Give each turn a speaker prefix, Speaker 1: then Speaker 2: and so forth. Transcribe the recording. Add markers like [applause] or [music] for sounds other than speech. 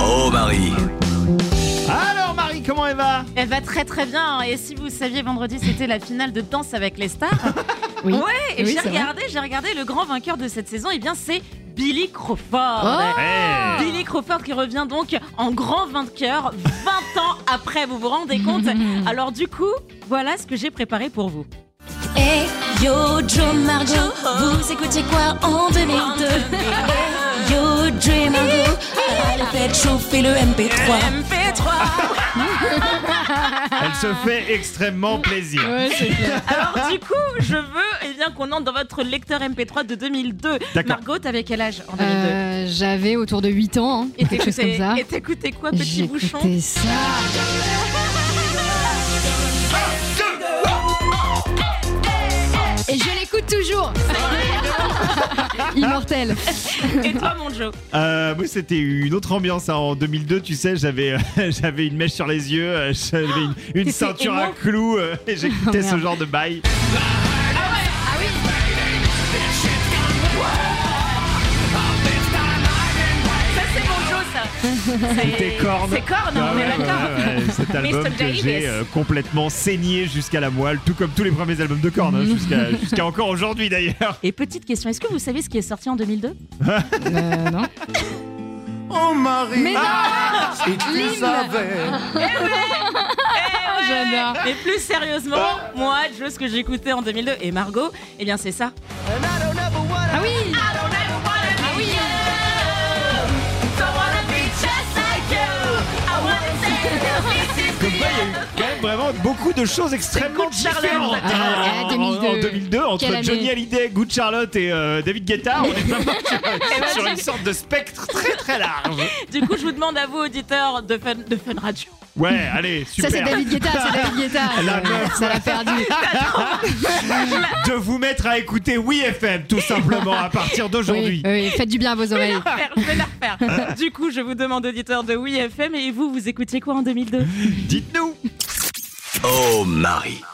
Speaker 1: Oh Marie
Speaker 2: Alors Marie, comment elle va
Speaker 3: Elle va très très bien. hein. Et si vous saviez, vendredi, c'était la finale de Danse avec les stars.
Speaker 4: Oui.
Speaker 3: Ouais, et
Speaker 4: Oui,
Speaker 3: j'ai
Speaker 4: c'est
Speaker 3: regardé, j'ai regardé le grand vainqueur de cette saison. Et bien, c'est Billy Crawford.
Speaker 4: Oh
Speaker 2: Eh,
Speaker 3: Billy Crawford qui revient donc en grand vainqueur 20 ans après, vous vous rendez compte
Speaker 4: [laughs]
Speaker 3: Alors du coup, voilà ce que j'ai préparé pour vous.
Speaker 5: Hey yo Joe Margot, vous écoutez quoi en 2002 Hey, Yo Joe Margot, allez faites chauffer le MP3.
Speaker 3: MP3
Speaker 2: Elle se fait extrêmement plaisir.
Speaker 4: Ouais, c'est clair.
Speaker 3: Alors du coup, je veux eh bien qu'on entre dans votre lecteur MP3 de 2002.
Speaker 2: D'accord.
Speaker 3: Margot, t'avais quel âge en 2002
Speaker 4: Euh, J'avais autour de 8 ans, hein,
Speaker 3: Et
Speaker 4: quelque chose comme
Speaker 3: t'écoutais-
Speaker 4: ça.
Speaker 3: et t'écoutais quoi, petit bouchon
Speaker 4: J'écoutais ça. Et je l'écoute
Speaker 3: [laughs]
Speaker 4: toujours. Immortel.
Speaker 3: Et toi, mon Joe
Speaker 2: Euh, moi, c'était une autre ambiance. hein. En 2002, tu sais, j'avais euh, [laughs] j'avais une mèche sur les yeux, euh, j'avais
Speaker 3: [gasps]
Speaker 2: une, une
Speaker 3: T'étais
Speaker 2: ceinture à
Speaker 3: émo
Speaker 2: clous euh,
Speaker 3: [laughs]
Speaker 2: et j'écoutais ce
Speaker 4: Oh, merde.
Speaker 2: genre de bail.
Speaker 3: Ah Ça, c'est mon Joe, ça
Speaker 2: C'était Korn.
Speaker 3: C'est corne,
Speaker 2: Ah
Speaker 3: on
Speaker 2: ouais,
Speaker 3: est d'accord
Speaker 2: ouais, ouais,
Speaker 3: [laughs]
Speaker 2: cet album
Speaker 3: Mr.
Speaker 2: que
Speaker 3: Davis.
Speaker 2: j'ai euh, complètement saigné jusqu'à la moelle, tout comme tous les premiers albums de
Speaker 3: [laughs]
Speaker 2: Korn, hein, jusqu'à jusqu'à encore aujourd'hui d'ailleurs.
Speaker 3: Et petite question, est-ce que vous savez ce qui est sorti en 2002
Speaker 4: Euh, non.
Speaker 6: Oh Marie,
Speaker 4: Mais non, Eh
Speaker 6: si tu savais.
Speaker 4: j'adore.
Speaker 3: Mais plus sérieusement, moi, Joe, ce que j'écoutais en 2002 et Margot, eh bien c'est ça.
Speaker 4: Ah oui.
Speaker 2: Comme quoi, il y a eu quand même vraiment beaucoup de choses extrêmement
Speaker 3: Good Charlotte.
Speaker 2: différentes.
Speaker 4: Ah,
Speaker 2: hein,
Speaker 4: ah,
Speaker 2: en,
Speaker 4: 2002.
Speaker 2: en 2002, entre
Speaker 4: Quelle année
Speaker 2: Johnny Hallyday, Good Charlotte et euh, David Guetta, on est
Speaker 4: [laughs]
Speaker 2: vraiment
Speaker 4: Eh ben,
Speaker 2: sur, sur
Speaker 3: tu-
Speaker 2: une sorte de spectre très très large.
Speaker 3: Du coup, je vous demande à vous, auditeurs de Fun, de fun [laughs] Radio,
Speaker 2: Ouais, allez,
Speaker 4: Ça
Speaker 2: super.
Speaker 4: c'est David Guetta, c'est David Guetta.
Speaker 2: La
Speaker 4: Euh,
Speaker 2: meuf.
Speaker 4: ça l'a perdu.
Speaker 2: de vous mettre à écouter Oui FM tout simplement à partir d'aujourd'hui.
Speaker 4: Oui, oui, faites du bien à vos
Speaker 3: je vais
Speaker 4: oreilles.
Speaker 3: la refaire, je vais la refaire. Du coup, je vous demande, auditeurs de Oui FM, et vous, vous écoutiez quoi en 2002
Speaker 2: Dites-nous.
Speaker 1: Oh Marie